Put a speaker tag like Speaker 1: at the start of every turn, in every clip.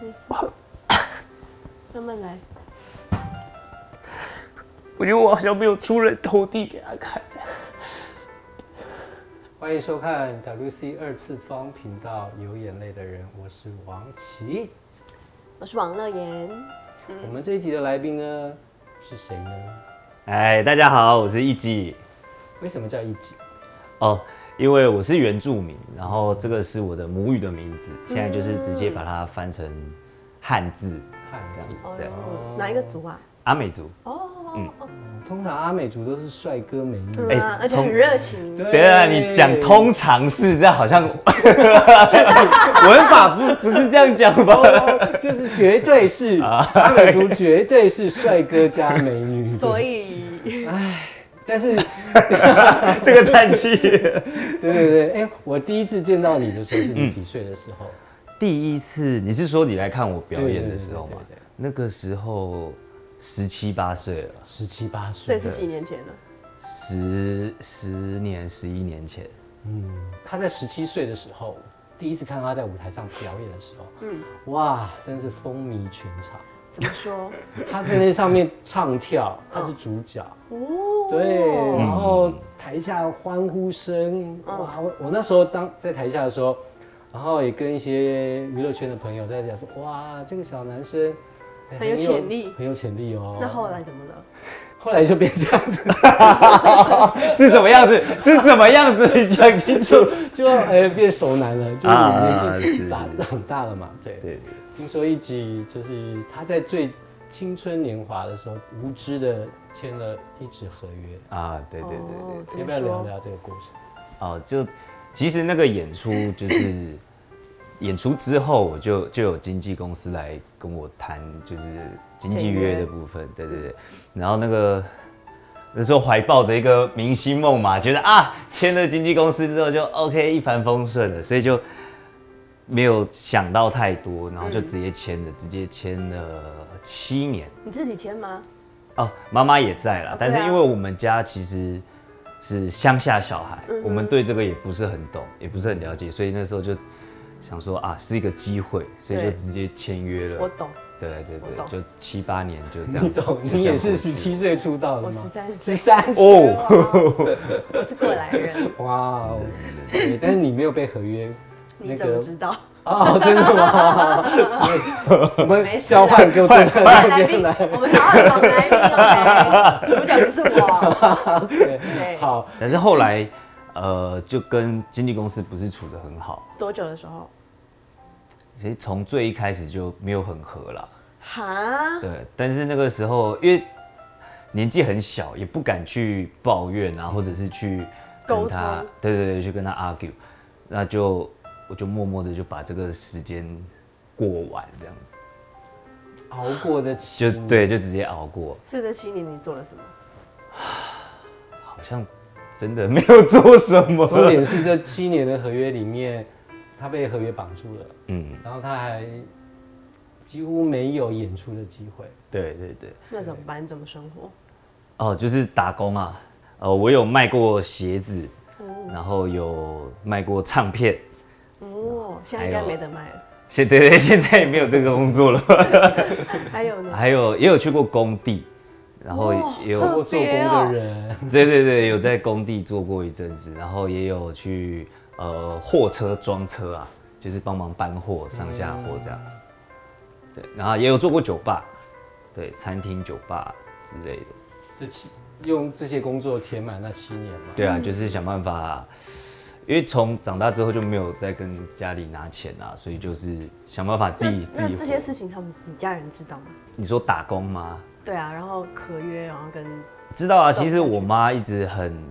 Speaker 1: 没事，慢慢来。
Speaker 2: 我觉得我好像没有出人头地给他看。
Speaker 3: 欢迎收看 WC 二次方频道《有眼泪的人》，我是王琦。
Speaker 1: 我是王乐妍，
Speaker 3: 我们这一集的来宾呢是谁呢？
Speaker 4: 哎，大家好，我是一季
Speaker 3: 为什么叫一集？
Speaker 4: 哦，因为我是原住民，然后这个是我的母语的名
Speaker 3: 嗯
Speaker 4: 字，现在就是直接把它翻成汉字，
Speaker 3: 汉啊
Speaker 4: 这
Speaker 3: 字
Speaker 4: 样子。
Speaker 1: 哦
Speaker 4: 对，
Speaker 1: 嗯哪一个族啊？
Speaker 4: 阿美族，
Speaker 1: 哦，哦
Speaker 3: 通常阿美族都是帅哥美女。
Speaker 1: 对啊，而且很热情。
Speaker 3: 对啊
Speaker 4: 等一下你讲通常是这样，好像文法不不是这样讲吧？
Speaker 3: 哦 就是绝对 是阿美族，绝对是帅哥加美女。
Speaker 1: 所，以，
Speaker 3: 但是
Speaker 4: 这个叹 气。
Speaker 3: 对对对，哎、我第一次见到你的时候是你几岁的时候？
Speaker 4: 第一次你是说你来看我表演的时候吗
Speaker 3: 对对对对对对？
Speaker 4: 那个时候十七八岁了，
Speaker 3: 十七八
Speaker 1: 所以
Speaker 3: 岁。
Speaker 1: 是几年前了？
Speaker 4: 十十年十一年前。
Speaker 3: 嗯，他在十七岁的时候，第一次看他在舞台上表演的时候，
Speaker 1: 嗯，
Speaker 3: 哇，真是风靡全场。
Speaker 1: 怎么说？
Speaker 3: 他在那上面唱跳，他是主角，
Speaker 1: 哦，
Speaker 3: 对，然后台下欢呼声，
Speaker 1: 嗯
Speaker 3: 哇！我我那时候当在台下的时候，然后也跟一些娱乐圈的朋友在讲说，哇，这个小男生、哎
Speaker 1: 很有潜力
Speaker 3: 很有潜力哦。
Speaker 1: 那后来怎么了？
Speaker 3: 后来就变这样子，
Speaker 4: 是怎么样子？是怎么样子？ 你讲清楚。
Speaker 3: 就哎变熟男了，就是
Speaker 4: 啊
Speaker 3: 年纪
Speaker 4: 是
Speaker 3: 大
Speaker 4: 是
Speaker 3: 长大了嘛，对。
Speaker 4: 对，
Speaker 3: 听说一集就是他在最青春年华的时候，无知的签了一纸合约。
Speaker 4: 啊，对对对
Speaker 1: 哦
Speaker 4: 对，
Speaker 3: 要不要聊？
Speaker 1: 怎么说
Speaker 3: 聊这个故事？
Speaker 4: 哦，就其实那个演出就是 演出之后，我就就有经纪公司来跟我谈，就是经纪约的部分，对对对。然后那个那时候怀抱着一个明星梦嘛，觉得啊签了经纪公司之后就 OK 一帆风顺了，所以就没有想到太多，然后就直接签了，直接签了七年。
Speaker 1: 你自己签吗？
Speaker 4: 哦，妈妈也在啦，
Speaker 1: 哦
Speaker 4: 但是
Speaker 1: 对啊
Speaker 4: 因为我们家其实是乡下小孩，
Speaker 1: 嗯
Speaker 4: 我们对这个也不是很懂，也不是很了解，所以那时候就想说啊，是一个机会，所以就
Speaker 1: 对
Speaker 4: 直接签约
Speaker 1: 我
Speaker 4: 了。
Speaker 1: 懂，
Speaker 4: 对对
Speaker 1: 我懂
Speaker 4: 对，就七八年就这 样。
Speaker 3: 你懂，
Speaker 4: 就这样
Speaker 3: 你也
Speaker 4: 过
Speaker 3: 是
Speaker 4: 去
Speaker 3: 十七岁出道的
Speaker 1: 我
Speaker 3: 吗？
Speaker 1: 十三岁
Speaker 3: 十，三岁
Speaker 4: 哦，
Speaker 1: 我是过来 人，
Speaker 3: 哇哦！对，但是你没有被合约
Speaker 1: 你怎么知道？
Speaker 3: 哦，真的吗？所以我
Speaker 1: 没
Speaker 3: 们
Speaker 1: 事啦
Speaker 3: 交换个正
Speaker 1: 我们来宾，我们好好讲来宾，OK？主角不是我，对，
Speaker 3: 好，
Speaker 4: 但是后来，呃，就跟经纪公司不是处得很好，
Speaker 1: 多久的时候？
Speaker 4: 其实从最一开始就没有很合啦。
Speaker 1: 哈，
Speaker 4: 对，但是那个时候因为年纪很小，也不敢去抱怨啊，或者是去
Speaker 1: 沟
Speaker 4: 跟他
Speaker 1: 通，
Speaker 4: 对对对，去跟他 argue，那就我就默默的就把这个时间过完，这样子，
Speaker 3: 熬过的期
Speaker 4: 就
Speaker 1: 嗯
Speaker 4: 对，就直接熬过，
Speaker 1: 所以这七年你做了什么？
Speaker 4: 好像真的没有做什 么。
Speaker 3: 重点是这七年的合约里面，他被合约绑住了，
Speaker 4: 嗯，
Speaker 3: 然后他还几乎没有演出的机会。
Speaker 4: 对对对，
Speaker 1: 那怎么办？你怎么生活？
Speaker 4: 哦，就是打工啊，呃，我有卖过鞋子，然后有卖过唱片，
Speaker 1: 哦，现在应该没得卖了。
Speaker 4: 现对对，现在也没有这个工作了。
Speaker 1: 还有呢？
Speaker 4: 还有也有去过工地，然后也
Speaker 3: 做
Speaker 4: 有
Speaker 3: 过做工的
Speaker 1: 哦
Speaker 3: 人，
Speaker 4: 对对对，有在工地做过一阵子，然后也有去呃货车装车啊，就是帮忙搬货上下货这样。对，然后也有做过酒吧，对，餐厅、酒吧之类的。
Speaker 3: 这七用这些工作填满那七年嘛。
Speaker 4: 对
Speaker 1: 嗯
Speaker 4: 啊，就是想办法，因为从长大之后就没有再跟家里拿钱啊，所以就是想办法自己自
Speaker 1: 那
Speaker 4: 己
Speaker 1: 这些
Speaker 4: 活。
Speaker 1: 事情他们你家人知道吗？
Speaker 4: 你说打工吗？
Speaker 1: 对啊，然后合约，然后跟
Speaker 4: 知道啊，
Speaker 1: 这种
Speaker 4: 其实
Speaker 1: 感觉
Speaker 4: 我妈一直很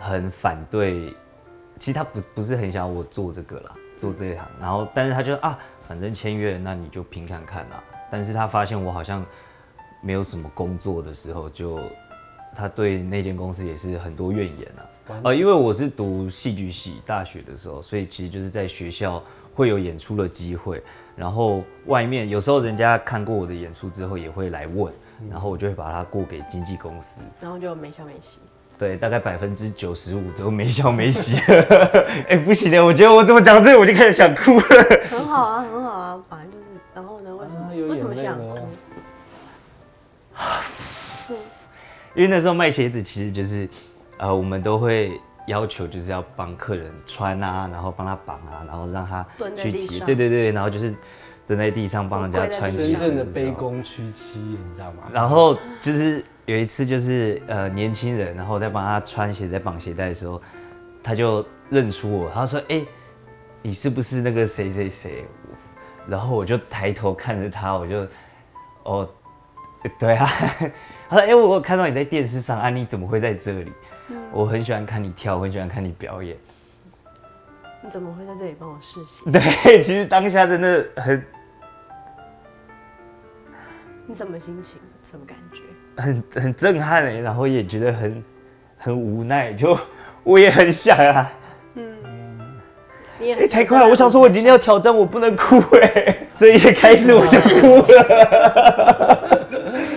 Speaker 4: 很反对，其实她不不是很想要我做这个啦，做这一行。然后，但是她就啊，反正签约了，那你就拼看看啦。但是她发现我好像没有什么工作的时候，就她对那间公司也是很多怨言啊
Speaker 3: 完。
Speaker 4: 呃，因为我是读戏剧系大学的时候，所以其实就是在学校会有演出的机会，然后外面有时候人家看过我的演出之后也会来问，然后我就会把它过给经纪公司。
Speaker 1: 然后就没消没息。
Speaker 4: 对，大概百分之九十五都没笑没息。 哎、不行的，我觉得我怎么讲这个我就开始想哭了。
Speaker 1: 很好啊，很好啊，反正就是，然后呢，为什么、
Speaker 3: 啊有
Speaker 1: 为什么
Speaker 3: 眼泪
Speaker 1: 想
Speaker 3: 了
Speaker 1: 哭？
Speaker 4: 因为那时候卖鞋子其实就是，呃，我们都会要求就是要帮客人穿啊，然后帮他绑啊，然后让他
Speaker 1: 蹲在
Speaker 4: 去
Speaker 1: 地
Speaker 4: 提，
Speaker 1: 上
Speaker 4: 对对对，然后就是蹲在地上帮人家
Speaker 1: 跪在
Speaker 4: 穿
Speaker 1: 地
Speaker 4: 鞋
Speaker 3: 真
Speaker 1: 上
Speaker 4: 子，
Speaker 3: 正的
Speaker 4: 你知道
Speaker 3: 卑
Speaker 4: 吗
Speaker 3: 躬屈膝，你知道吗？
Speaker 4: 然后就是有一次，就是呃年轻人，然后我在帮他穿鞋、在绑鞋带的时候，他就认出我，他说：“哎、你是不是那个谁谁谁？”然后我就抬头看着他，我就哦，对啊， 他说：“哎、我有看到你在电视上啊，你怎么会在这里？我很喜欢看你跳，我很喜欢看你表演。”
Speaker 1: 你怎么会在这里帮我试
Speaker 4: 嗯
Speaker 1: 鞋？
Speaker 4: 对，其实当下真的很
Speaker 1: 你什么心情？什么感觉？
Speaker 4: 很很震撼哎，然后也觉得很很无奈，就我也很想啊。
Speaker 1: 你也
Speaker 4: 哎、
Speaker 1: 很
Speaker 4: 太
Speaker 1: 想
Speaker 4: 快了！
Speaker 1: 在
Speaker 4: 我想说，我今天要挑战，我不能哭哎、所以一开始我就哭了。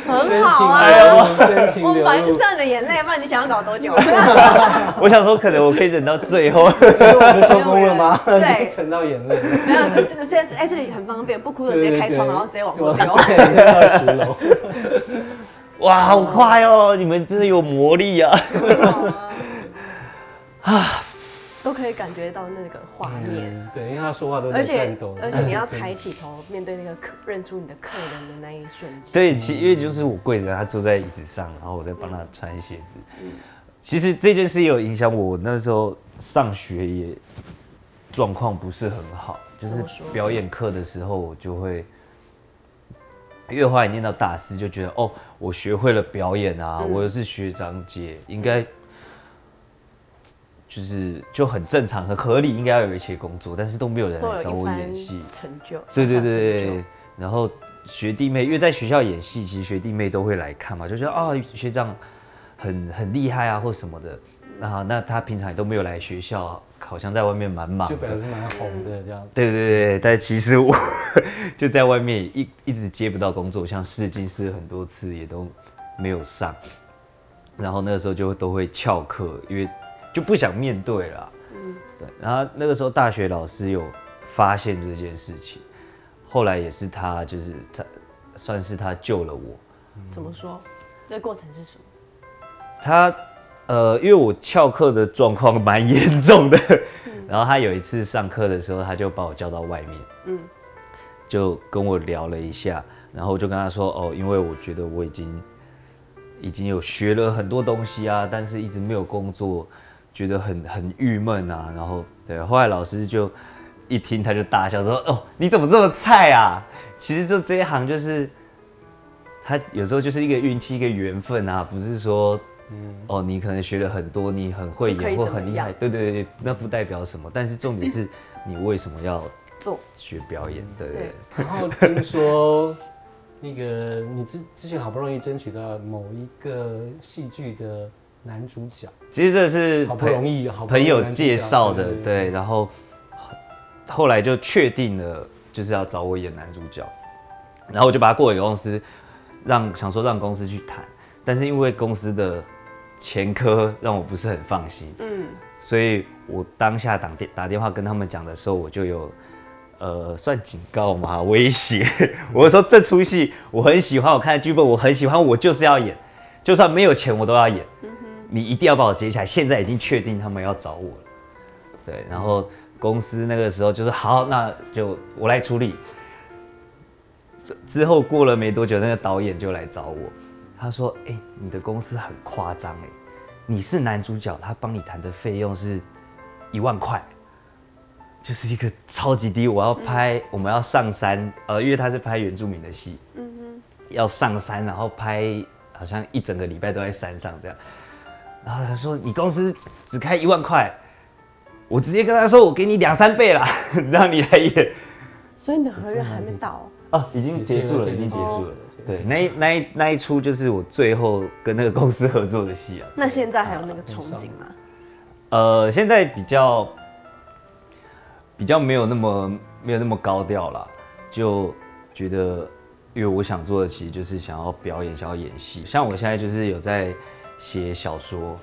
Speaker 1: 很
Speaker 3: 真
Speaker 1: 好
Speaker 3: 情
Speaker 1: 啊。
Speaker 3: 流露，真情
Speaker 1: 我们
Speaker 3: 流
Speaker 1: 本来
Speaker 3: 露
Speaker 1: 是。站着眼泪，不然你想要搞多久？啊没
Speaker 4: 我想说，可能我可以忍到最
Speaker 3: 因
Speaker 4: 后。
Speaker 3: 为我们收工了吗？
Speaker 1: 没有人对
Speaker 3: 你沉到眼泪了，
Speaker 1: 有，这这个现在哎，这里很方便，不哭的直接开窗，
Speaker 3: 对对对
Speaker 1: 然后直接往后
Speaker 3: 对
Speaker 1: 流。
Speaker 3: 对二十楼。
Speaker 4: 哇，好快哦！你们真的有魔力啊！
Speaker 1: 很好啊， 都可以感觉到那个画面。
Speaker 3: 嗯，对，因为他说话都
Speaker 1: 而
Speaker 3: 在
Speaker 1: 且
Speaker 3: 颤抖，
Speaker 1: 而且你
Speaker 3: 嗯
Speaker 1: 要抬起头面对那个客认出你的客人的那一瞬间，
Speaker 4: 对，其因为就是我跪着，他坐在椅子上，然后我在帮他穿鞋子。其实这件事也有影响我，我那时候上学也状况不是很好，就是
Speaker 1: 怎么说
Speaker 4: 表演课的时候我就会。因为后来念到大四，就觉得哦，我学会了表演啊，
Speaker 1: 嗯
Speaker 4: 我又是学长姐，应该就是就很正常、很合理，应该要有一些工作，但是都没有人
Speaker 1: 会
Speaker 4: 来
Speaker 1: 有
Speaker 4: 找
Speaker 1: 一
Speaker 4: 我
Speaker 1: 番
Speaker 4: 演戏。
Speaker 1: 成就。
Speaker 4: 对对
Speaker 1: 小小
Speaker 4: 对
Speaker 1: 成就
Speaker 4: 对，然后学弟妹，因为在学校演戏，其实学弟妹都会来看嘛，就觉得啊、学长很很厉害啊，或什么的。那那他平常也都没有来学校，好像在外面蛮忙
Speaker 3: 就表
Speaker 4: 的
Speaker 3: 示。蛮红的这样。
Speaker 4: 对对对，但其实我 就在外面一一直接不到工作，像试镜试很多次也都没有上，然后那个时候就都会翘课，因为就不想面对啦。对。然后那个时候大学老师有发现这件事情，后来也是他就是他算是他救了我，
Speaker 1: 怎么说？这过程是什么？
Speaker 4: 他呃，因为我翘课的状况蛮严重的， 然后他有一次上课的时候，他就把我叫到外面，嗯，就跟我聊了一下，然后我就跟他说，哦，因为我觉得我已经已经有学了很多东西啊，但是一直没有工作，觉得很很郁闷啊，然后对，后来老师就一听他就大笑说，哦，你怎么这么菜啊？其实就这一行就是。他有时候就是一个运气，一个缘分啊，不是说，哦，你可能学了很多，你很会
Speaker 1: 嗯就可以
Speaker 4: 演或
Speaker 1: 怎么
Speaker 4: 很厉
Speaker 1: 样
Speaker 4: 害，对对对，那不代表什么。但是重点是你为什么要
Speaker 1: 做
Speaker 4: 学表演？对对
Speaker 1: 嗯对
Speaker 4: 对，
Speaker 3: 然后听说那个你之之前好不容易争取到某一个戏剧的男主角，
Speaker 4: 其实这是
Speaker 3: 好不
Speaker 4: 朋
Speaker 3: 容易，好不容
Speaker 4: 朋
Speaker 3: 易
Speaker 4: 友
Speaker 3: 男主角
Speaker 4: 介绍的，
Speaker 3: 对
Speaker 4: 对，然后后来就确定了，就是要找我演男主角，然后我就把他过给公司，让想说让公司去谈，但是因为公司的前科让我不是很放心，
Speaker 1: 嗯，
Speaker 4: 所以我当下打电打电话跟他们讲的时候，我就有呃算警告嘛，威胁， 我说这出戏我很喜欢，我看的剧本我很喜欢，我就是要演，就算没有钱我都要演，你一定要把我接下来，现在已经确定他们要找我了，对，然后公司那个时候就是好，那就我来处理。之后过了没多久，那个导演就来找我，他说：“哎、你的公司很夸张哎，你是男主角，他帮你谈的费用是一万块，就是一个超级低。我要拍，我们要上山，呃，因为他是拍原住民的戏，要上山，然后拍好像一整个礼拜都在山上这样。然后他说你公司只开一万块，我直接跟他说我给你两三倍啦， 让你来演。
Speaker 1: 所以你的合约还没到，
Speaker 4: 啊，已经结束
Speaker 3: 结
Speaker 4: 了，
Speaker 3: 束了
Speaker 4: 已经结束
Speaker 3: 结束
Speaker 4: 了
Speaker 3: 了。
Speaker 4: 对，那一那一那一出就是我最后跟那个公司合作的戏啊。
Speaker 1: 那现在还有那个憧憬吗？
Speaker 4: 呃，现在比较比较没有那么没有那么高调啦，就觉得，因为我想做的其实就是想要表演，想要演戏。像我现在就是有在写小说，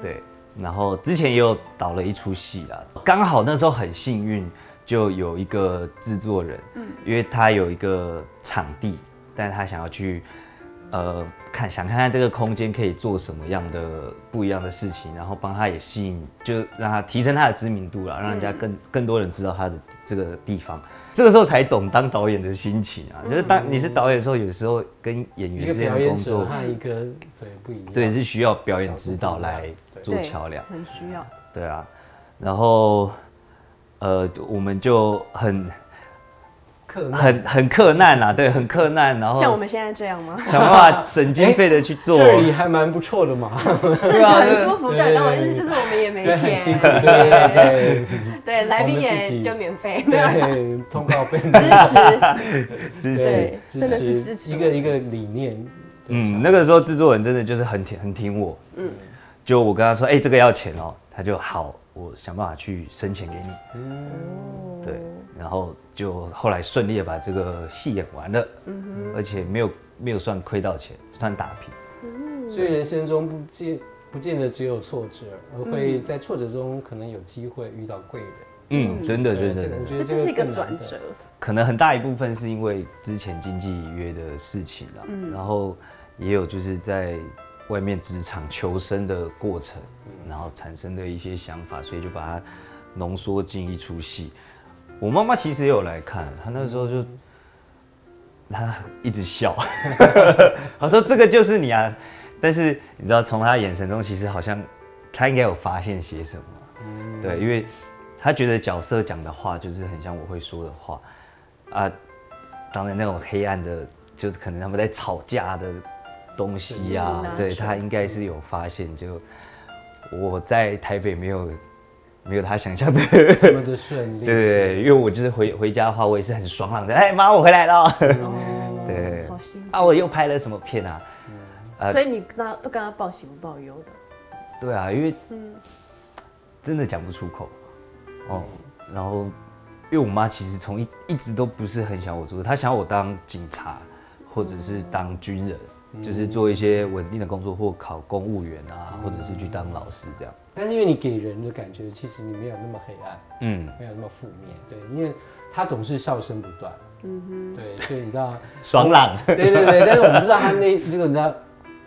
Speaker 4: 对，然后之前也有导了一出戏啦，刚好那时候很幸运，就有一个制作人，因为他有一个场地，但是他想要去，呃，看想看看这个空间可以做什么样的不一样的事情，然后帮他也吸引，就让他提升他的知名度啦，让人家更更多人知道他的这个地方。这个时候才懂当导演的心情啊，就是当你是导演的时候，有时候跟演
Speaker 3: 一
Speaker 4: 员
Speaker 3: 个
Speaker 4: 之间
Speaker 3: 表
Speaker 4: 的
Speaker 3: 演
Speaker 4: 工
Speaker 3: 者
Speaker 4: 作，
Speaker 3: 和一个对不一样，
Speaker 4: 对，是需要表演指导来做
Speaker 1: 对
Speaker 4: 桥梁。
Speaker 1: 很需要。
Speaker 4: 对啊，然后呃，我们就很
Speaker 3: 克难
Speaker 4: 很很克难啦，对，很克难，然后
Speaker 1: 像我们现在这样吗？
Speaker 4: 想 办法省经费的去做。
Speaker 3: 哎这里还蛮不错的嘛，
Speaker 1: 这是很舒服的，
Speaker 3: 对
Speaker 1: 当然就是我们也没
Speaker 3: 对，很辛
Speaker 1: 钱
Speaker 3: 苦，， 对
Speaker 1: 对，来宾
Speaker 3: 我们自
Speaker 1: 也
Speaker 3: 己
Speaker 1: 就免费，
Speaker 3: 对
Speaker 1: 没有啦
Speaker 3: 对，通告费，
Speaker 1: 支持，
Speaker 4: 支持
Speaker 1: 对
Speaker 3: 支
Speaker 1: 真的
Speaker 3: 持
Speaker 1: 是支持
Speaker 3: 一个一个理念，对
Speaker 4: 嗯，那个时候制作人真的就是很挺很挺我，嗯，就我跟他说，哎、这个要钱哦，他就好，我想办法去申钱给你，
Speaker 1: 哦
Speaker 4: 对，然后就后来顺利的把这个戏演完了，
Speaker 1: 嗯
Speaker 4: 而且没有没有算亏到钱，算打平，
Speaker 3: 所以人生中不见不见得只有挫折，而会
Speaker 1: 嗯
Speaker 3: 在挫折中可能有机会遇到贵人。
Speaker 4: 嗯，真的真
Speaker 3: 这
Speaker 4: 的真
Speaker 3: 个
Speaker 4: 的
Speaker 3: 我。
Speaker 1: 这
Speaker 3: 觉得
Speaker 1: 就是一 个
Speaker 3: 更难
Speaker 1: 转
Speaker 3: 得
Speaker 1: 折。
Speaker 4: 可能很大一部分是因为之前经济约的事情啦，然后也有就是在外面职场求生的过程，然后产生的一些想法，所以就把它浓缩进一出戏。我妈妈其实也有来看，她那时候就她一直笑， 她说这个就是你啊，但是你知道从她眼神中，其实好像她应该有发现些什么，对，因为她觉得角色讲的话就是很像我会说的话，啊，当然那种黑暗的，就是可能他们在吵架的东西
Speaker 1: 是
Speaker 4: 啊
Speaker 1: 啊，
Speaker 4: 对
Speaker 1: 是
Speaker 4: 他应该是有发现，就我在台北没有没有他想象的，
Speaker 3: 这么的顺利。
Speaker 4: 对对对，因为我就是回回家的话，我也是很爽朗的，哎妈，我回来了，
Speaker 1: 哦
Speaker 4: 对
Speaker 1: 好辛苦。
Speaker 4: 啊，我又拍了什么片啊？呃
Speaker 1: 所以你跟他都跟他报喜不报忧的，
Speaker 4: 对啊，因为真的讲不出口哦。然后，因为我妈其实从一一直都不是很想我做，她想我当警察或者是当军人，就是做一些稳定的工作或考公务员啊，或者是去当老师这样。
Speaker 3: 但是因为你给人的感觉，其实你没有那么黑暗，
Speaker 4: 嗯，
Speaker 3: 没有那么负面。对，因为他总是笑声不断。嗯哼。对，所以你知道，
Speaker 4: 爽朗。
Speaker 3: 对对对，但是我们不知道他那这个你知道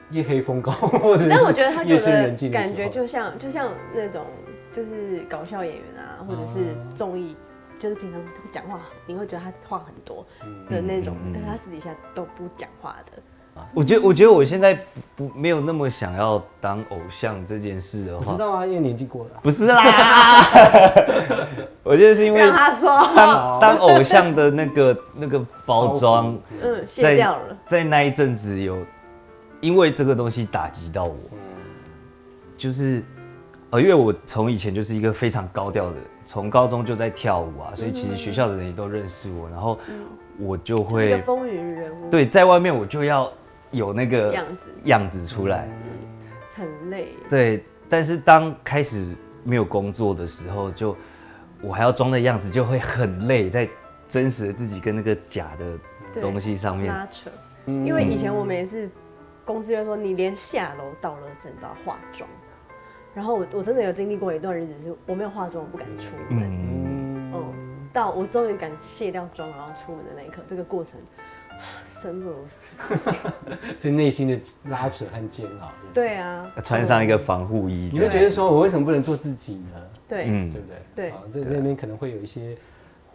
Speaker 3: 夜黑风高，或者 是
Speaker 1: 但我觉得他
Speaker 3: 夜
Speaker 1: 给
Speaker 3: 深人静
Speaker 1: 的
Speaker 3: 的时候
Speaker 1: 感觉就像就像那种就是搞笑演员啊，或者是综艺，就是平常讲话，你会觉得他话很多的那种，但是他私底下都不讲话的。
Speaker 4: 我觉得，我觉得我现在不不没有那么想要当偶像这件事的
Speaker 3: 你知
Speaker 4: 话，
Speaker 3: 道啊吗？因为年纪过了，
Speaker 4: 不是啦。 我觉得是因为
Speaker 1: 让他哦说，
Speaker 4: 当当偶像的那个那个包
Speaker 3: 包
Speaker 4: 装
Speaker 3: 袱。
Speaker 1: 嗯，卸
Speaker 4: 在
Speaker 1: 掉了，
Speaker 4: 在那一阵子有因为这个东西打击到我，
Speaker 1: 嗯
Speaker 4: 就是呃，因为我从以前就是一个非常高调的人，从高中就在跳舞
Speaker 1: 嗯
Speaker 4: 啊，所以其实学校的人也都认识我，然后我就
Speaker 1: 一个
Speaker 4: 会
Speaker 1: 风云人物，
Speaker 4: 对在外面我就要有那个
Speaker 1: 样子
Speaker 4: 样子出来，
Speaker 1: 很累。
Speaker 4: 对，但是当开始没有工作的时候，就我还要装的样子就会很累，在真实的自己跟那个假的
Speaker 1: 对
Speaker 4: 东西上面，
Speaker 1: 拉扯。因为以前我们也是，公司就说你连下楼到乐镇都要化妆，然后我我真的有经历过一段日子，是我没有化妆，我不敢出门。
Speaker 4: 嗯。
Speaker 1: 嗯，到我终于敢卸掉妆，然后出门的那一刻，这个过程。 生不如死。
Speaker 3: 所以内心的拉扯和煎熬。
Speaker 1: 对啊，
Speaker 4: 穿上一个防护衣
Speaker 3: 你
Speaker 4: 之类
Speaker 3: 会
Speaker 4: 的，
Speaker 3: 觉得说，我为什么不能做自己呢？
Speaker 1: 对、
Speaker 4: 嗯
Speaker 3: 对不对？
Speaker 1: 对
Speaker 3: 啊，这那边可能会有一些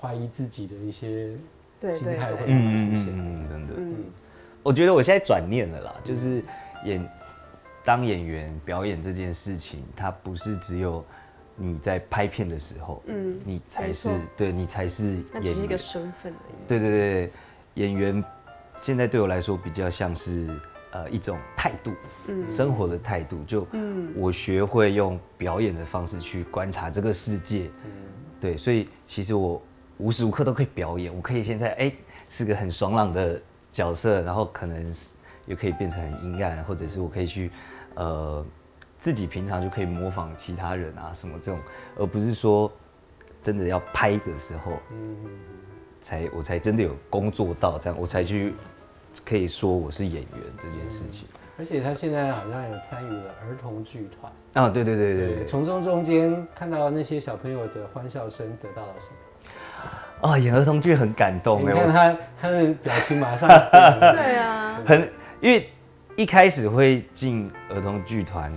Speaker 3: 怀疑自己的一些
Speaker 1: 对
Speaker 3: 心
Speaker 1: 对
Speaker 3: 态会
Speaker 1: 对，
Speaker 3: 慢慢
Speaker 4: 嗯嗯
Speaker 3: 出
Speaker 4: 嗯
Speaker 3: 现。
Speaker 4: 嗯，真的，
Speaker 1: 嗯
Speaker 4: 我觉得我现在转念了啦，就是演当演员表演这件事情，它不是只有你在拍片的时候，嗯，你才是
Speaker 1: 没错
Speaker 4: 对你才是
Speaker 1: 那只
Speaker 4: 演
Speaker 1: 是一个
Speaker 4: 员，
Speaker 1: 身份而已。
Speaker 4: 对对对，演员现在对我来说比较像是呃一种态度，生活的态度，就我学会用表演的方式去观察这个世界，对，所以其实我无时无刻都可以表演，我可以现在哎、是个很爽朗的角色，然后可能是也可以变成很阴暗，或者是我可以去呃自己平常就可以模仿其他人啊什么这种，而不是说真的要拍的时候，才我才真的有工作到这样，我才去可以说我是演员这件事情。
Speaker 3: 而且他现在好像有参与了儿童剧团，
Speaker 4: 啊，对对对对对，
Speaker 3: 从中中间看到那些小朋友的欢笑声，得到了什么？
Speaker 4: 啊，演儿童剧很感动
Speaker 3: 你
Speaker 4: 哎，
Speaker 3: 看
Speaker 4: 我
Speaker 3: 他他的表情马上 变了，
Speaker 1: 对啊，
Speaker 4: 很因为一开始会进儿童剧团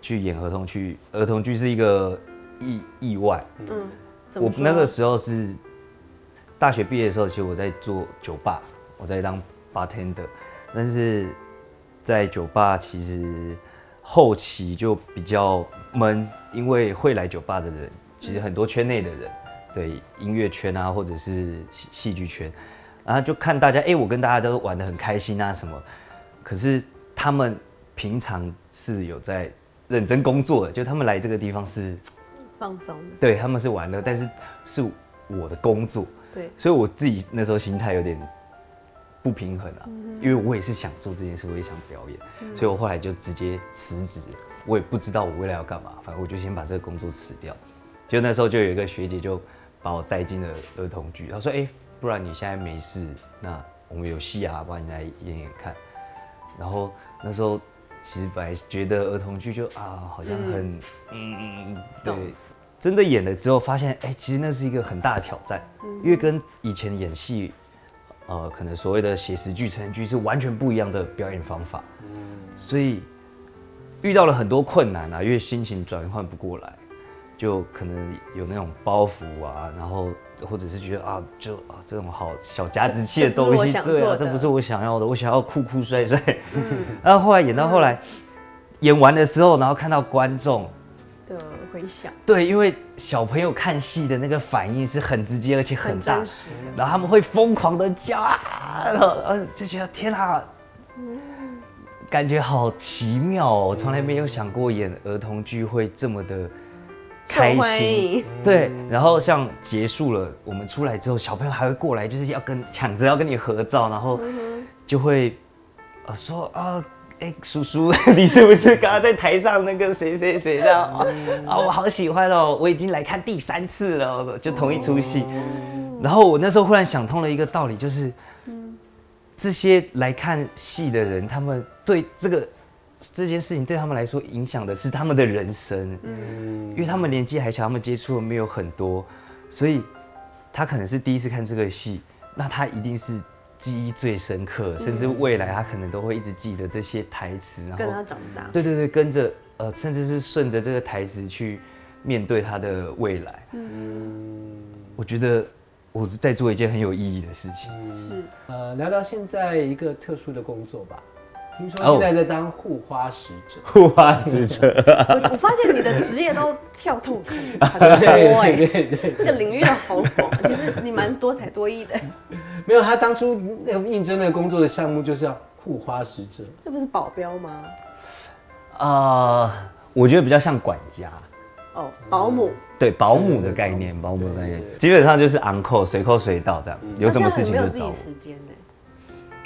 Speaker 4: 去演儿童剧，儿童剧是一个意意外。
Speaker 1: 嗯，怎么
Speaker 4: 我
Speaker 1: 说
Speaker 4: 那个时候是大学毕业的时候，其实我在做酒吧，我在当 bartender，但是在酒吧其实后期就比较闷，因为会来酒吧的人，其实很多圈内的人，对音乐圈啊，或者是戏戏剧圈，然后就看大家，哎、我跟大家都玩的很开心啊什么，可是他们平常是有在认真工作的，就他们来这个地方是。
Speaker 1: 放松的，
Speaker 4: 对，他们是玩乐，但是是我的工作，
Speaker 1: 对，
Speaker 4: 所以我自己那时候心态有点不平衡啊，因为我也是想做这件事，我也想表演，所以我后来就直接辞职，我也不知道我未来要干嘛，反正我就先把这个工作辞掉。就那时候就有一个学姐就把我带进了儿童剧，她说：“哎、不然你现在没事，那我们有戏啊，不然你来演演看。”然后那时候其实本来觉得儿童剧就啊，好像很嗯嗯对
Speaker 1: 懂，
Speaker 4: 真的演了之后发现，哎、其实那是一个很大的挑战，
Speaker 1: 嗯
Speaker 4: 因为跟以前演戏，呃，可能所谓的写实剧、成人剧是完全不一样的表演方法，
Speaker 1: 嗯
Speaker 4: 所以遇到了很多困难啊，因为心情转换不过来。就可能有那种包袱啊，然后或者是觉得啊，就啊这种好小家子气的
Speaker 1: 这不
Speaker 4: 东西，
Speaker 1: 是我想
Speaker 4: 对
Speaker 1: 做的，
Speaker 4: 啊
Speaker 1: 嗯
Speaker 4: 这不是我想要的，我想要酷酷帅帅。 然后后来演到后来，演完的时候，然后看到观众，
Speaker 1: 的回响
Speaker 4: 对，因为小朋友看戏的那个反应是很直接而且很
Speaker 1: 很
Speaker 4: 大
Speaker 1: 真，实的，
Speaker 4: 然后他们会疯狂的叫啊，然后然后就觉得天啊，
Speaker 1: 嗯
Speaker 4: 感觉好奇妙哦，从来没有想过演儿童剧会这么的开
Speaker 1: 受欢
Speaker 4: 心。
Speaker 1: 迎，
Speaker 4: 对，然后像结束了，我们出来之后，小朋友还会过来，就是要跟抢着要跟你合照，然后就会呃说啊，哎、叔叔， 你是不是刚刚在台上那个谁谁谁这样啊？啊，我好喜欢哦，我已经来看第三次了，我说就同一出戏。
Speaker 1: 嗯
Speaker 4: 然后我那时候忽然想通了一个道理，就是这些来看戏的人，他们对这个。这件事情对他们来说影响的是他们的人生，
Speaker 1: 嗯
Speaker 4: 因为他们年纪还小，他们接触的没有很多，所以他可能是第一次看这个戏，那他一定是记忆最深刻，
Speaker 1: 嗯
Speaker 4: 甚至未来他可能都会一直记得这些台词，然
Speaker 1: 跟他
Speaker 4: 后
Speaker 1: 长大，
Speaker 4: 对对对，跟着呃，甚至是顺着这个台词去面对他的未来。
Speaker 1: 嗯
Speaker 4: 我觉得我是在做一件很有意义的事情。
Speaker 1: 是
Speaker 3: 呃，聊聊现在一个特殊的工作吧。听说
Speaker 4: 哦
Speaker 3: 现在在当护花使者，
Speaker 4: 护花使者，
Speaker 1: 我我发现你的职业都跳痛 很多哎、这个领域都好广， 其实你蛮多才多艺的，
Speaker 3: 没有他当初那个应征那个工作的项目就是要护花使者，
Speaker 1: 这不是保镖吗？
Speaker 4: 呃，我觉得比较像管家。
Speaker 1: 哦，保姆，
Speaker 4: 对保姆的概念，保姆的概念基本上就是昂扣随扣随到这样，有什么事情
Speaker 1: 嗯那这样很没
Speaker 4: 就找
Speaker 1: 有
Speaker 4: 我
Speaker 1: 自。己时间呢、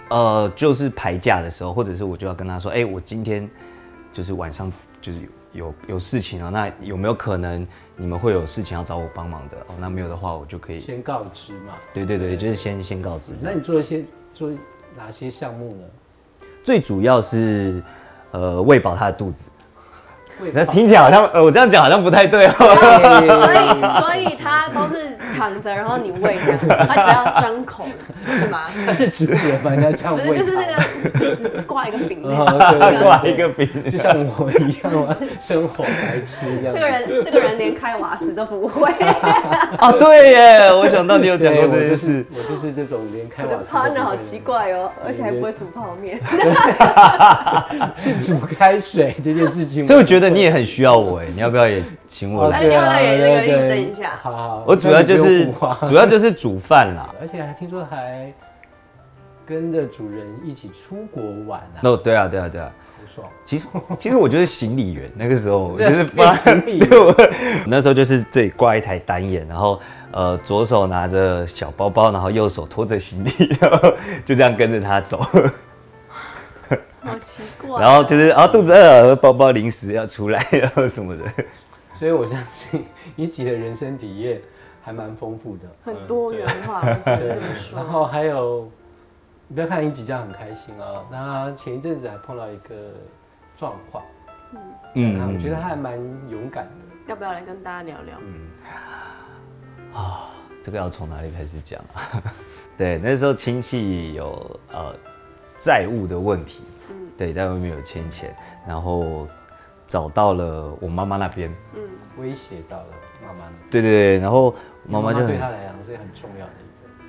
Speaker 4: 呃，就是排假的时候，或者是我就要跟他说，哎、我今天就是晚上就是有有有事情啊，那有没有可能你们会有事情要找我帮忙的？哦，那没有的话，我就可以，
Speaker 3: 先告知嘛。
Speaker 4: 对对对，就是先先告知。
Speaker 3: 那你做一些做哪些项目呢？
Speaker 4: 最主要是呃喂饱他的肚子，
Speaker 3: 喂
Speaker 4: 那听起来好像呃我这样讲好像不太对哦。
Speaker 1: 所以所以他都是躺着，然后你喂这样，他只要张口是吗？
Speaker 3: 他是植物人吧？应该这 样
Speaker 1: 不
Speaker 3: 喂
Speaker 1: 是就
Speaker 3: 吧。，
Speaker 1: 是那个挂一个饼那
Speaker 3: 哦
Speaker 1: 个。
Speaker 3: 对对对
Speaker 4: 挂一个饼
Speaker 3: 就像我一样啊，生活白痴 这样。
Speaker 1: 这个人，这个人连开瓦斯都不会，
Speaker 4: 哦，对耶，我想到你有讲过
Speaker 3: 对，我
Speaker 4: 这
Speaker 3: 就
Speaker 4: 件
Speaker 3: 是
Speaker 4: 事。
Speaker 3: 我就是这种连开
Speaker 1: 我
Speaker 3: 瓦
Speaker 1: 的
Speaker 3: 斯都不会
Speaker 1: partner 好奇怪哦，而且还不会煮泡面。
Speaker 3: 是煮开水这件事情，
Speaker 4: 所以我觉得你也很需要我哎，你要不要也请我
Speaker 3: 哦
Speaker 4: 来？
Speaker 1: 哎要不要也
Speaker 3: 对啊
Speaker 1: 也认
Speaker 3: 对
Speaker 1: 证一下
Speaker 3: 好好，
Speaker 4: 我主要就
Speaker 3: 那你
Speaker 4: 是
Speaker 3: 不用护花
Speaker 4: 主要就是煮饭啦。
Speaker 3: 而且还听说还跟着主人一起出国玩啊，
Speaker 4: 哦，对啊，对啊，对啊。
Speaker 3: 好爽！
Speaker 4: 其实其实我就是行李员，那个时候我
Speaker 3: 对啊
Speaker 4: 就是帮
Speaker 3: 行李员
Speaker 4: 对我 那时候就是这里挂一台单眼，然后呃左手拿着小包包，然后右手拖着行李，然后就这样跟着他走，
Speaker 1: 好奇怪。
Speaker 4: 然后就是啊肚子饿了，包包零食要出来，然后什么的。
Speaker 3: 所以我相信一级的人生体验还蛮丰富的，
Speaker 1: 很多元化，我只能这么说。
Speaker 3: 然后还有你不要看你几家很开心啊。那前一阵子还碰到一个状况，
Speaker 4: 嗯
Speaker 3: 那我觉得他还蛮勇敢的。
Speaker 1: 要不要来跟大家聊聊？
Speaker 4: 这个要从哪里开始讲啊？ 对，那时候亲戚有呃债务的问题，对，在外面有欠钱，然后找到了我妈妈那边，
Speaker 3: 威胁到了妈妈呢，
Speaker 4: 对对对，然后妈妈就很
Speaker 3: 对他来讲是很重要的一个。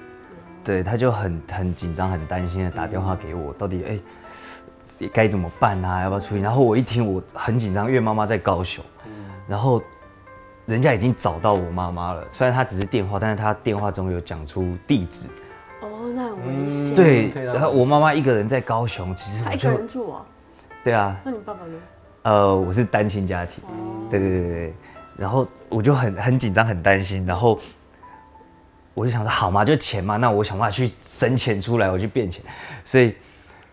Speaker 4: 对，他就很很紧张、很担心的打电话给我，到底哎该、怎么办啊？要不要处理？然后我一听，我很紧张，因为妈妈在高雄，
Speaker 3: 嗯
Speaker 4: 然后人家已经找到我妈妈了，虽然她只是电话，但是她电话中有讲出地址，
Speaker 1: 哦，那很危险。
Speaker 4: 对，
Speaker 3: 可以让
Speaker 4: 然后
Speaker 3: 她
Speaker 4: 我妈妈一个人在高雄，其实
Speaker 1: 他
Speaker 4: 我
Speaker 1: 一个
Speaker 4: 就
Speaker 1: 人住哦，
Speaker 4: 对啊，
Speaker 1: 那你爸爸呢？
Speaker 4: 呃，我是单亲家庭，对对对对对，然后我就很很紧张，很担心，然后我就想说，好嘛，就钱嘛，那我想办法去生钱出来，我去变钱，所以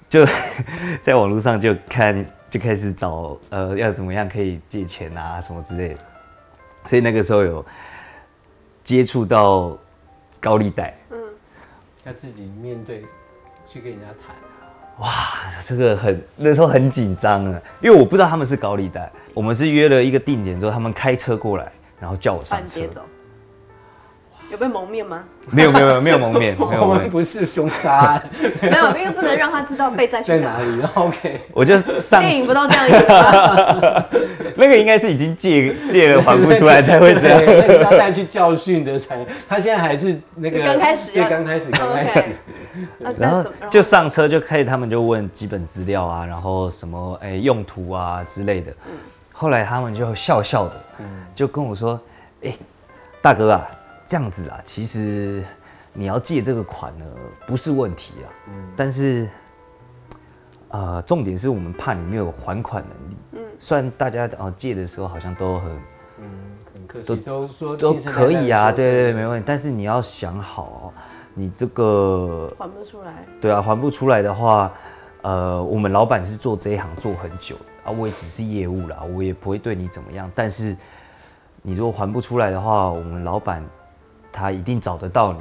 Speaker 4: 就 在网络上就看就开始找呃要怎么样可以借钱啊什么之类的，所以那个时候有接触到高利贷，
Speaker 3: 要自己面对，去跟人家谈。
Speaker 4: 这个很那时候很紧张啊，因为我不知道他们是高利贷，我们是约了一个定点之后，他们开车过来，然后叫我
Speaker 1: 把
Speaker 4: 上
Speaker 1: 你
Speaker 4: 车
Speaker 1: 接，走。有被蒙面吗？
Speaker 4: 没有没有没有没有蒙面，没有
Speaker 3: 我
Speaker 4: 蒙
Speaker 3: 们
Speaker 4: 面，
Speaker 3: 不是凶杀案
Speaker 1: 没有，因为不能让他知道被再去
Speaker 3: 在哪里？OK，
Speaker 4: 我就上
Speaker 1: 电影不到这样演吧，
Speaker 4: 那个应该是已经借借了还不出来才会这样，
Speaker 3: 对那是要带去教训的才。他现在还是那个
Speaker 1: 刚开始
Speaker 3: 对，
Speaker 1: 要
Speaker 3: 刚开始，刚开始
Speaker 1: OK。啊
Speaker 4: 然
Speaker 1: 那
Speaker 4: 后
Speaker 1: 怎么
Speaker 4: 就上车就开始他们就问基本资料啊，然后什么哎、用途啊之类的，后来他们就笑笑的，就跟我说，哎、大哥啊，这样子啊，其实你要借这个款呢不是问题啊，但是呃，重点是我们怕你没有还款能力，虽然大家呃借的时候好像都很
Speaker 3: 嗯，很可惜，都说
Speaker 4: 都
Speaker 3: 亲生
Speaker 4: 可以啊，
Speaker 3: 奶奶
Speaker 4: 对对对，
Speaker 3: 说
Speaker 4: 没问题。但是你要想好哦，你这个
Speaker 1: 还不出来，
Speaker 4: 对啊，还不出来的话，呃，我们老板是做这一行做很久啊，我也只是业务啦，我也不会对你怎么样。但是你如果还不出来的话，我们老板他一定找得到你。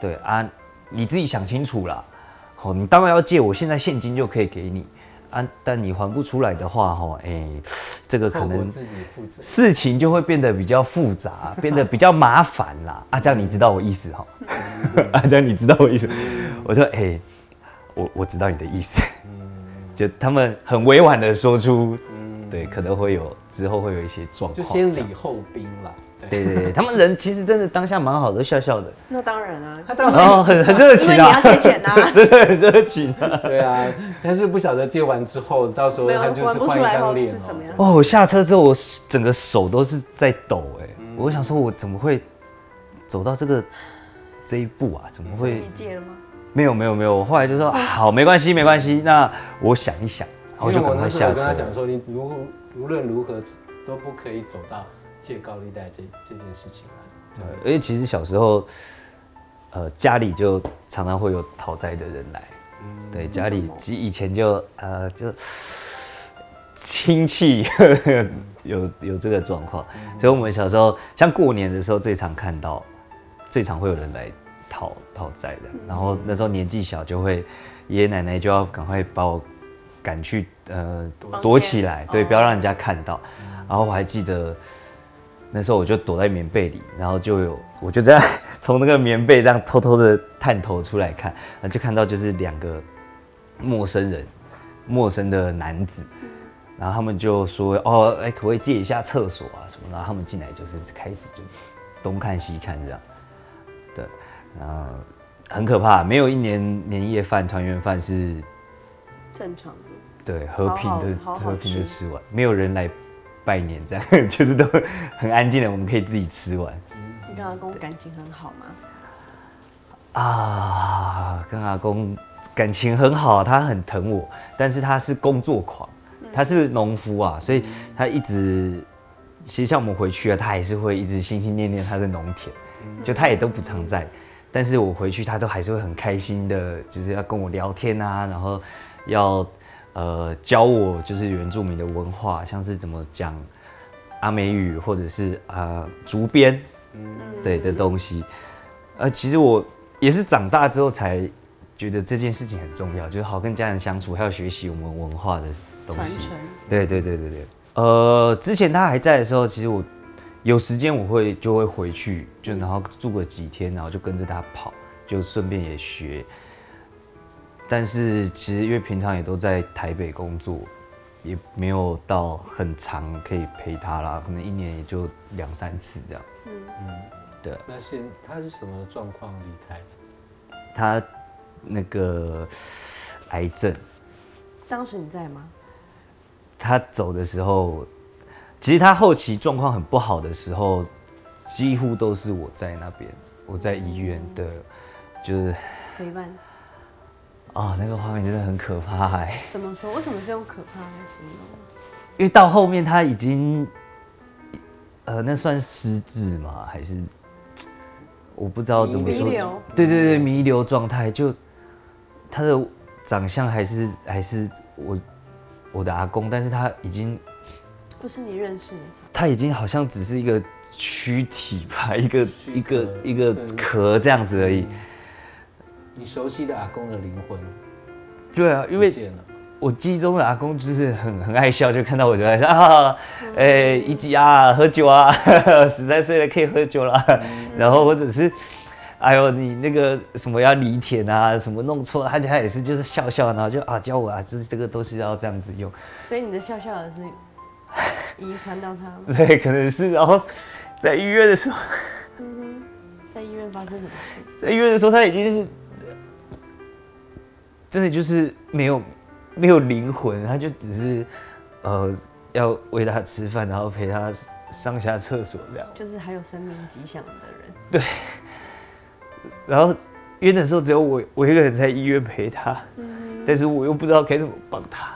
Speaker 4: 对啊，你自己想清楚啦。好，你当然要借，我现在现金就可以给你啊。但你还不出来的话，哈，哎、这个可
Speaker 3: 后果
Speaker 4: 能
Speaker 3: 自己负责。
Speaker 4: 事情就会变得比较复杂，变得比较麻烦 啦。啊，这样你知道我意思哈？啊，这样你知道我意思？我说，哎、我我知道你的意思。就他们很委婉的说出，对，可能会有之后会有一些状
Speaker 3: 就
Speaker 4: 况。
Speaker 3: 先礼后兵啦。对，
Speaker 4: 对对对，他们人其实真的当下蛮好的，笑笑 的，
Speaker 1: 那当然啊，
Speaker 3: 他当
Speaker 4: 然
Speaker 3: 然
Speaker 4: 后哦很很热
Speaker 1: 因
Speaker 4: 情
Speaker 1: 为你要
Speaker 4: 啊，
Speaker 1: 借钱呐。
Speaker 4: 真的很热情啊。
Speaker 3: 对啊，但是不晓得借完之后，到时候
Speaker 1: 没有
Speaker 3: 他就
Speaker 1: 还
Speaker 3: 是
Speaker 1: 不出
Speaker 3: 换一
Speaker 1: 来后
Speaker 3: 张脸
Speaker 1: 是什么
Speaker 3: 哦。
Speaker 1: 样？
Speaker 4: 哦，我下车之后，我整个手都是在抖哎、我想说，我怎么会走到这个这一步啊？怎么会？
Speaker 1: 你借了吗？
Speaker 4: 没有没有没有，我后来就说啊好，没关系没关系，那我想一想，然后
Speaker 3: 因为
Speaker 4: 就
Speaker 3: 我
Speaker 4: 赶
Speaker 3: 那
Speaker 4: 快
Speaker 3: 时候
Speaker 4: 下
Speaker 3: 有跟他讲
Speaker 4: 车。
Speaker 3: 说，你如何无论如何都不可以走到借高利贷这这件事情啊。
Speaker 4: 对而且其实小时候，呃，家里就常常会有讨债的人来，
Speaker 3: 嗯
Speaker 4: 对，家里其以前就呃就亲戚 有有这个状况，
Speaker 3: 嗯
Speaker 4: 所以我们小时候像过年的时候最常看到，最常会有人来讨讨债的，然后那时候年纪小就会爷爷奶奶就要赶快把我赶去呃
Speaker 1: 房
Speaker 4: 躲
Speaker 1: 间
Speaker 4: 起来，嗯对，
Speaker 1: 哦
Speaker 4: 不要让人家看到。然后我还记得那时候我就躲在棉被里，然后就有我就这样 从那个棉被这样偷偷的探头出来看，然后就看到就是两个陌生人，陌生的男子，然后他们就说哦，哎、可不可以借一下厕所啊什么？然后他们进来就是开始就东看西看这样，对，然后很可怕，没有一年年夜饭、团圆饭是
Speaker 1: 正常的，
Speaker 4: 对，和平
Speaker 1: 好
Speaker 4: 的
Speaker 1: 好好
Speaker 4: 和平的
Speaker 1: 吃
Speaker 4: 吃完，没有人来拜年，这样 就是都很安静的，我们可以自己吃完
Speaker 1: 你跟阿公感情很好吗？
Speaker 4: 啊。跟阿公感情很好，啊他很疼我，但是他是工作狂，他是农夫啊，所
Speaker 1: 嗯
Speaker 4: 以他一直其实像我们回去啊，他还是会一直心心念念他的农田，
Speaker 5: 嗯
Speaker 4: 就他也都不常在，但是我回去他都还是会很开心的，就是要跟我聊天啊，然后要呃教我就是原住民的文化，像是怎么讲阿美语或者是啊、呃竹编，
Speaker 5: 嗯
Speaker 4: 对的东西。呃，其实我也是长大之后才觉得这件事情很重要，就是好跟家人相处，还有学习我们文化的东
Speaker 5: 传
Speaker 4: 西。
Speaker 5: 承。
Speaker 4: 对对对对对，呃，之前他还在的时候，其实我有时间我会就会回去，就然后住个几天，然后就跟着他跑，就顺便也学。但是其实因为平常也都在台北工作，也没有到很长可以陪他啦，可能一年也就两三次这样。
Speaker 3: 那现他是什么状况离开的？
Speaker 4: 他那个癌症，
Speaker 5: 当时你在吗？
Speaker 4: 他走的时候，其实他后期状况很不好的时候，几乎都是我在那边，我在医院的，就是
Speaker 5: 陪伴？
Speaker 4: 啊、那个画面真的很可怕哎、
Speaker 5: 怎么说？为什么是用可怕来形容？
Speaker 4: 因为到后面他已经，呃，那算失智吗？还是我不知道怎么说？
Speaker 5: 弥留嗯
Speaker 4: 对对对，弥留状态就他的长相还是还是我我的阿公，但是他已经
Speaker 5: 不是你认识的
Speaker 4: 他已经好像只是一个躯体吧，一个
Speaker 3: 躯壳
Speaker 4: 一个一个
Speaker 3: 对
Speaker 4: 壳这样子而已。
Speaker 3: 你熟悉的阿公的灵魂
Speaker 4: 对啊，因
Speaker 3: 不
Speaker 4: 为
Speaker 3: 见了，
Speaker 4: 我记忆中的阿公就是很很爱笑，就看到我就在笑啊，哎、一级啊，喝酒啊， 十三岁了可以喝酒啦。然后或者是，哎呦，你那个什么要犁田啊，什么弄错，他他也是就是笑笑，然后就啊教我啊，这这个都是要这样子用。
Speaker 5: 所以你的笑笑的是遗传到他吗？
Speaker 4: 对，可能是然后在医院的时候，
Speaker 5: 在医院发生什么事？
Speaker 4: 在医院的时候，他已经是真的就是没有没有灵魂，他就只是呃要喂他吃饭，然后陪他上下厕所这样。
Speaker 5: 就是还有生命迹象的人，
Speaker 4: 然后因为那时候只有我我一个人在医院陪他，但是我又不知道该怎么帮他。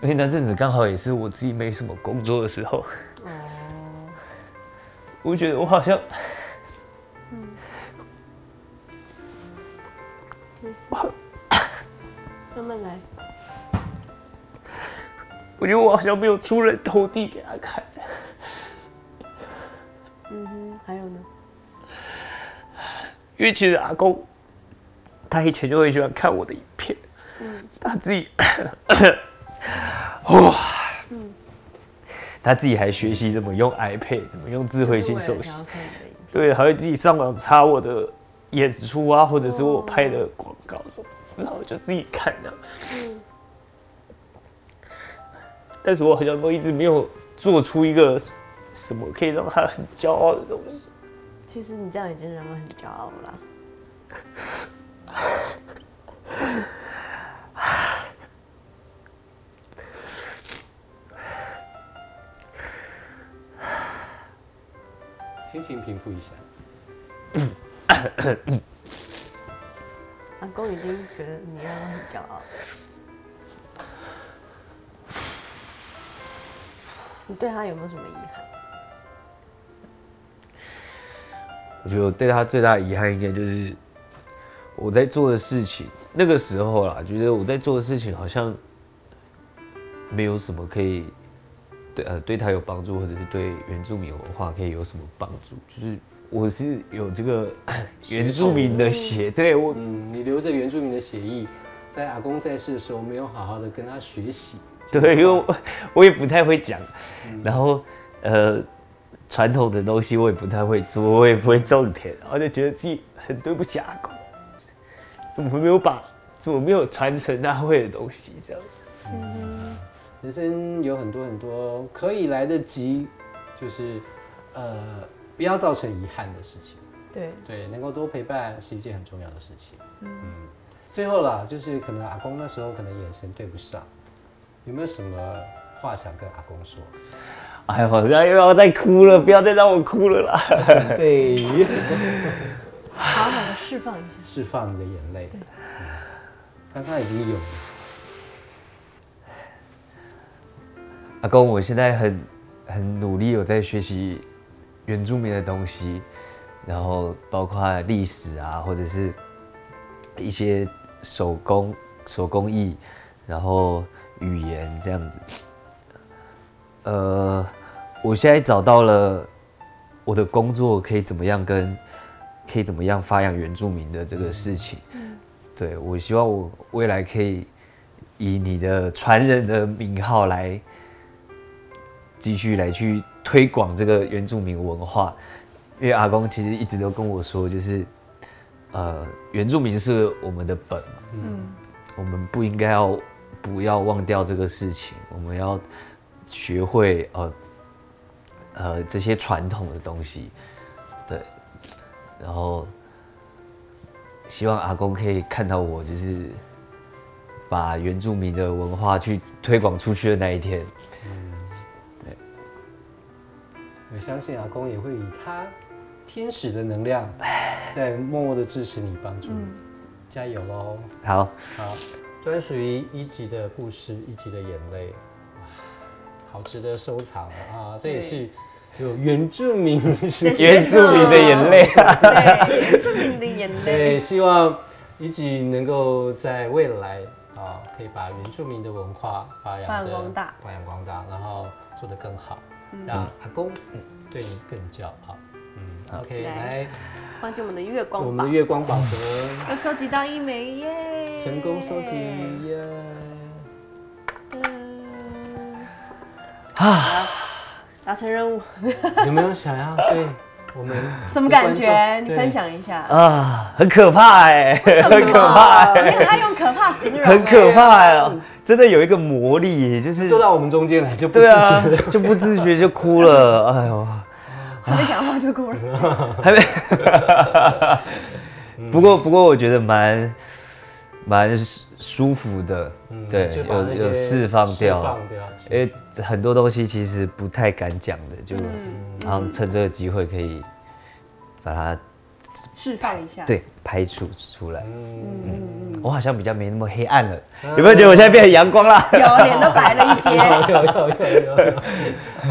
Speaker 4: 而且那阵子刚好也是我自己没什么工作的时候，我觉得我好像，
Speaker 5: 慢慢来。
Speaker 2: 我觉得我好像没有出人头地给他看。
Speaker 5: 嗯哼，还有呢？
Speaker 2: 因为其实阿公他以前就很喜欢看我的影片，他自己哇，
Speaker 4: 他自己还学习怎么用 iPad，怎么用智慧型手
Speaker 5: 就是为了
Speaker 4: 机
Speaker 5: 想，要看你的影片
Speaker 2: 对，还会自己上网查我的演出啊，或者是我拍的广告什么，然后我就自己看这样。但是我好像都一直没有做出一个什么可以让他很骄傲的东西。
Speaker 5: 其实你这样已经让我很骄傲了啊啦。
Speaker 3: 心情平复一下。
Speaker 5: 阿公已经觉得你让我很骄傲。你对他有没有什么遗憾？
Speaker 4: 我觉得我对他最大的遗憾应该就是我在做的事情，那个时候啦，觉得我在做的事情好像没有什么可以对呃对他有帮助，或者是对原住民文化可以有什么帮助，就是。我是有这个 原住民的血，对我
Speaker 3: 嗯，你留着原住民的协议，在阿公在世的时候没有好好的跟他学习。
Speaker 4: 对，因为我我也不太会讲，然后呃，传统的东西我也不太会做，我也不会种田，然后就觉得自己很对不起阿公，怎么没有把怎么没有传承他会的东西这样子？
Speaker 3: 人生有很多很多可以来得及，就是呃，不要造成遗憾的事情。
Speaker 5: 对，
Speaker 3: 对，能够多陪伴是一件很重要的事情。嗯，最后啦，就是可能阿公那时候可能眼神对不上，有没有什么话想跟阿公说？
Speaker 4: 哎呦，我要又要再哭了，不要再让我哭了啦！
Speaker 3: 被
Speaker 5: 好好的释放一下。
Speaker 3: 释放你的眼泪。嗯刚刚已经有了，
Speaker 4: 阿公，我现在很很努力，有在学习原住民的东西，然后包括历史啊，或者是一些手工手工艺，然后语言这样子。呃，我现在找到了我的工作可以怎么样跟可以怎么样发扬原住民的这个事情。对我希望我未来可以以你的传人的名号来继续来去推广这个原住民文化，因为阿公其实一直都跟我说，就是呃，原住民是我们的本嘛，我们不应该要不要忘掉这个事情，我们要学会呃呃这些传统的东西，对，然后希望阿公可以看到我就是把原住民的文化去推广出去的那一天，
Speaker 3: 我相信阿公也会以他天使的能量，在默默的支持你，帮助你，
Speaker 2: 嗯
Speaker 3: 加油喽！
Speaker 4: 好。
Speaker 3: 好，专属于一级的故事，一级的眼泪，哇，好值得收藏啊！这也是有原住民是，
Speaker 2: 原住民的眼泪。啊
Speaker 5: 对，原住民的眼
Speaker 3: 对，
Speaker 5: 泪。
Speaker 3: 希望一级能够在未来啊，可以把原住民的文化发
Speaker 5: 发
Speaker 3: 扬
Speaker 5: 扬
Speaker 3: 得
Speaker 5: 光大，嗯
Speaker 3: 发扬光大，然后做得更好，让阿公嗯对你更骄傲。嗯，OK，
Speaker 5: 来
Speaker 3: 来，
Speaker 5: 关注我们的月
Speaker 3: 我
Speaker 5: 光
Speaker 3: 们
Speaker 5: 宝
Speaker 3: 的，月光宝盒
Speaker 5: 又收集到一枚耶，
Speaker 3: 成功收集。 耶！
Speaker 5: 嗯。啊，达成任务，
Speaker 3: 有没有想要对我们
Speaker 5: 什么感
Speaker 3: 的观
Speaker 5: 觉？
Speaker 3: 众
Speaker 5: 你
Speaker 3: 对
Speaker 5: 分享一下。
Speaker 2: 啊，很可怕哎、
Speaker 5: 很
Speaker 2: 可怕
Speaker 5: 你很爱用可怕形容，
Speaker 2: 很可怕
Speaker 5: 哎。
Speaker 2: 哦、真的有一个魔力，就是
Speaker 3: 坐嗯到我们中间来就不自
Speaker 2: 对
Speaker 3: 觉
Speaker 2: 啊
Speaker 3: 了。，
Speaker 2: 就不自觉就哭了， 哎呦，
Speaker 5: 还没欸讲话就哭了，
Speaker 2: 还没。
Speaker 3: 嗯
Speaker 4: 不过不过，我觉得蛮蛮舒舒服的，
Speaker 3: 嗯
Speaker 4: 对
Speaker 3: 就，把那
Speaker 4: 有有
Speaker 3: 些
Speaker 4: 释放
Speaker 3: 释
Speaker 4: 掉，
Speaker 3: 放掉。
Speaker 4: 因为很多东西其实不太敢讲的，就
Speaker 3: 嗯
Speaker 4: 然后趁这个机会可以把它
Speaker 5: 释放一下。
Speaker 4: 对排除出来。
Speaker 3: 嗯，
Speaker 4: 我好像比较没那么黑暗了，有没有觉得我现在变很阳光啦？
Speaker 5: 有脸都白了一截。
Speaker 3: 有有有有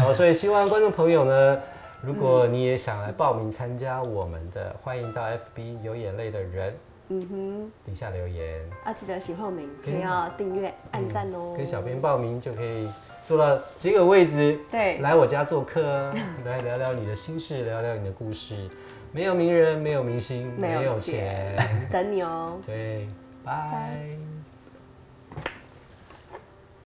Speaker 3: 有。好，所以希望观众朋友呢，如果你也想来报名参加我们的，欢迎到 FB 有眼泪的人
Speaker 5: 嗯哼，
Speaker 3: 底下留言，
Speaker 5: 啊，记得喜欢我们影片要订阅、按赞哦。
Speaker 3: 嗯跟小编报名就可以坐到这个位置。
Speaker 5: 对
Speaker 3: 来我家做客啊，来聊聊你的心事，聊聊你的故事。没有名人，没有明星，
Speaker 5: 没有
Speaker 3: 没有钱。
Speaker 5: 等你哦。
Speaker 3: 对，拜。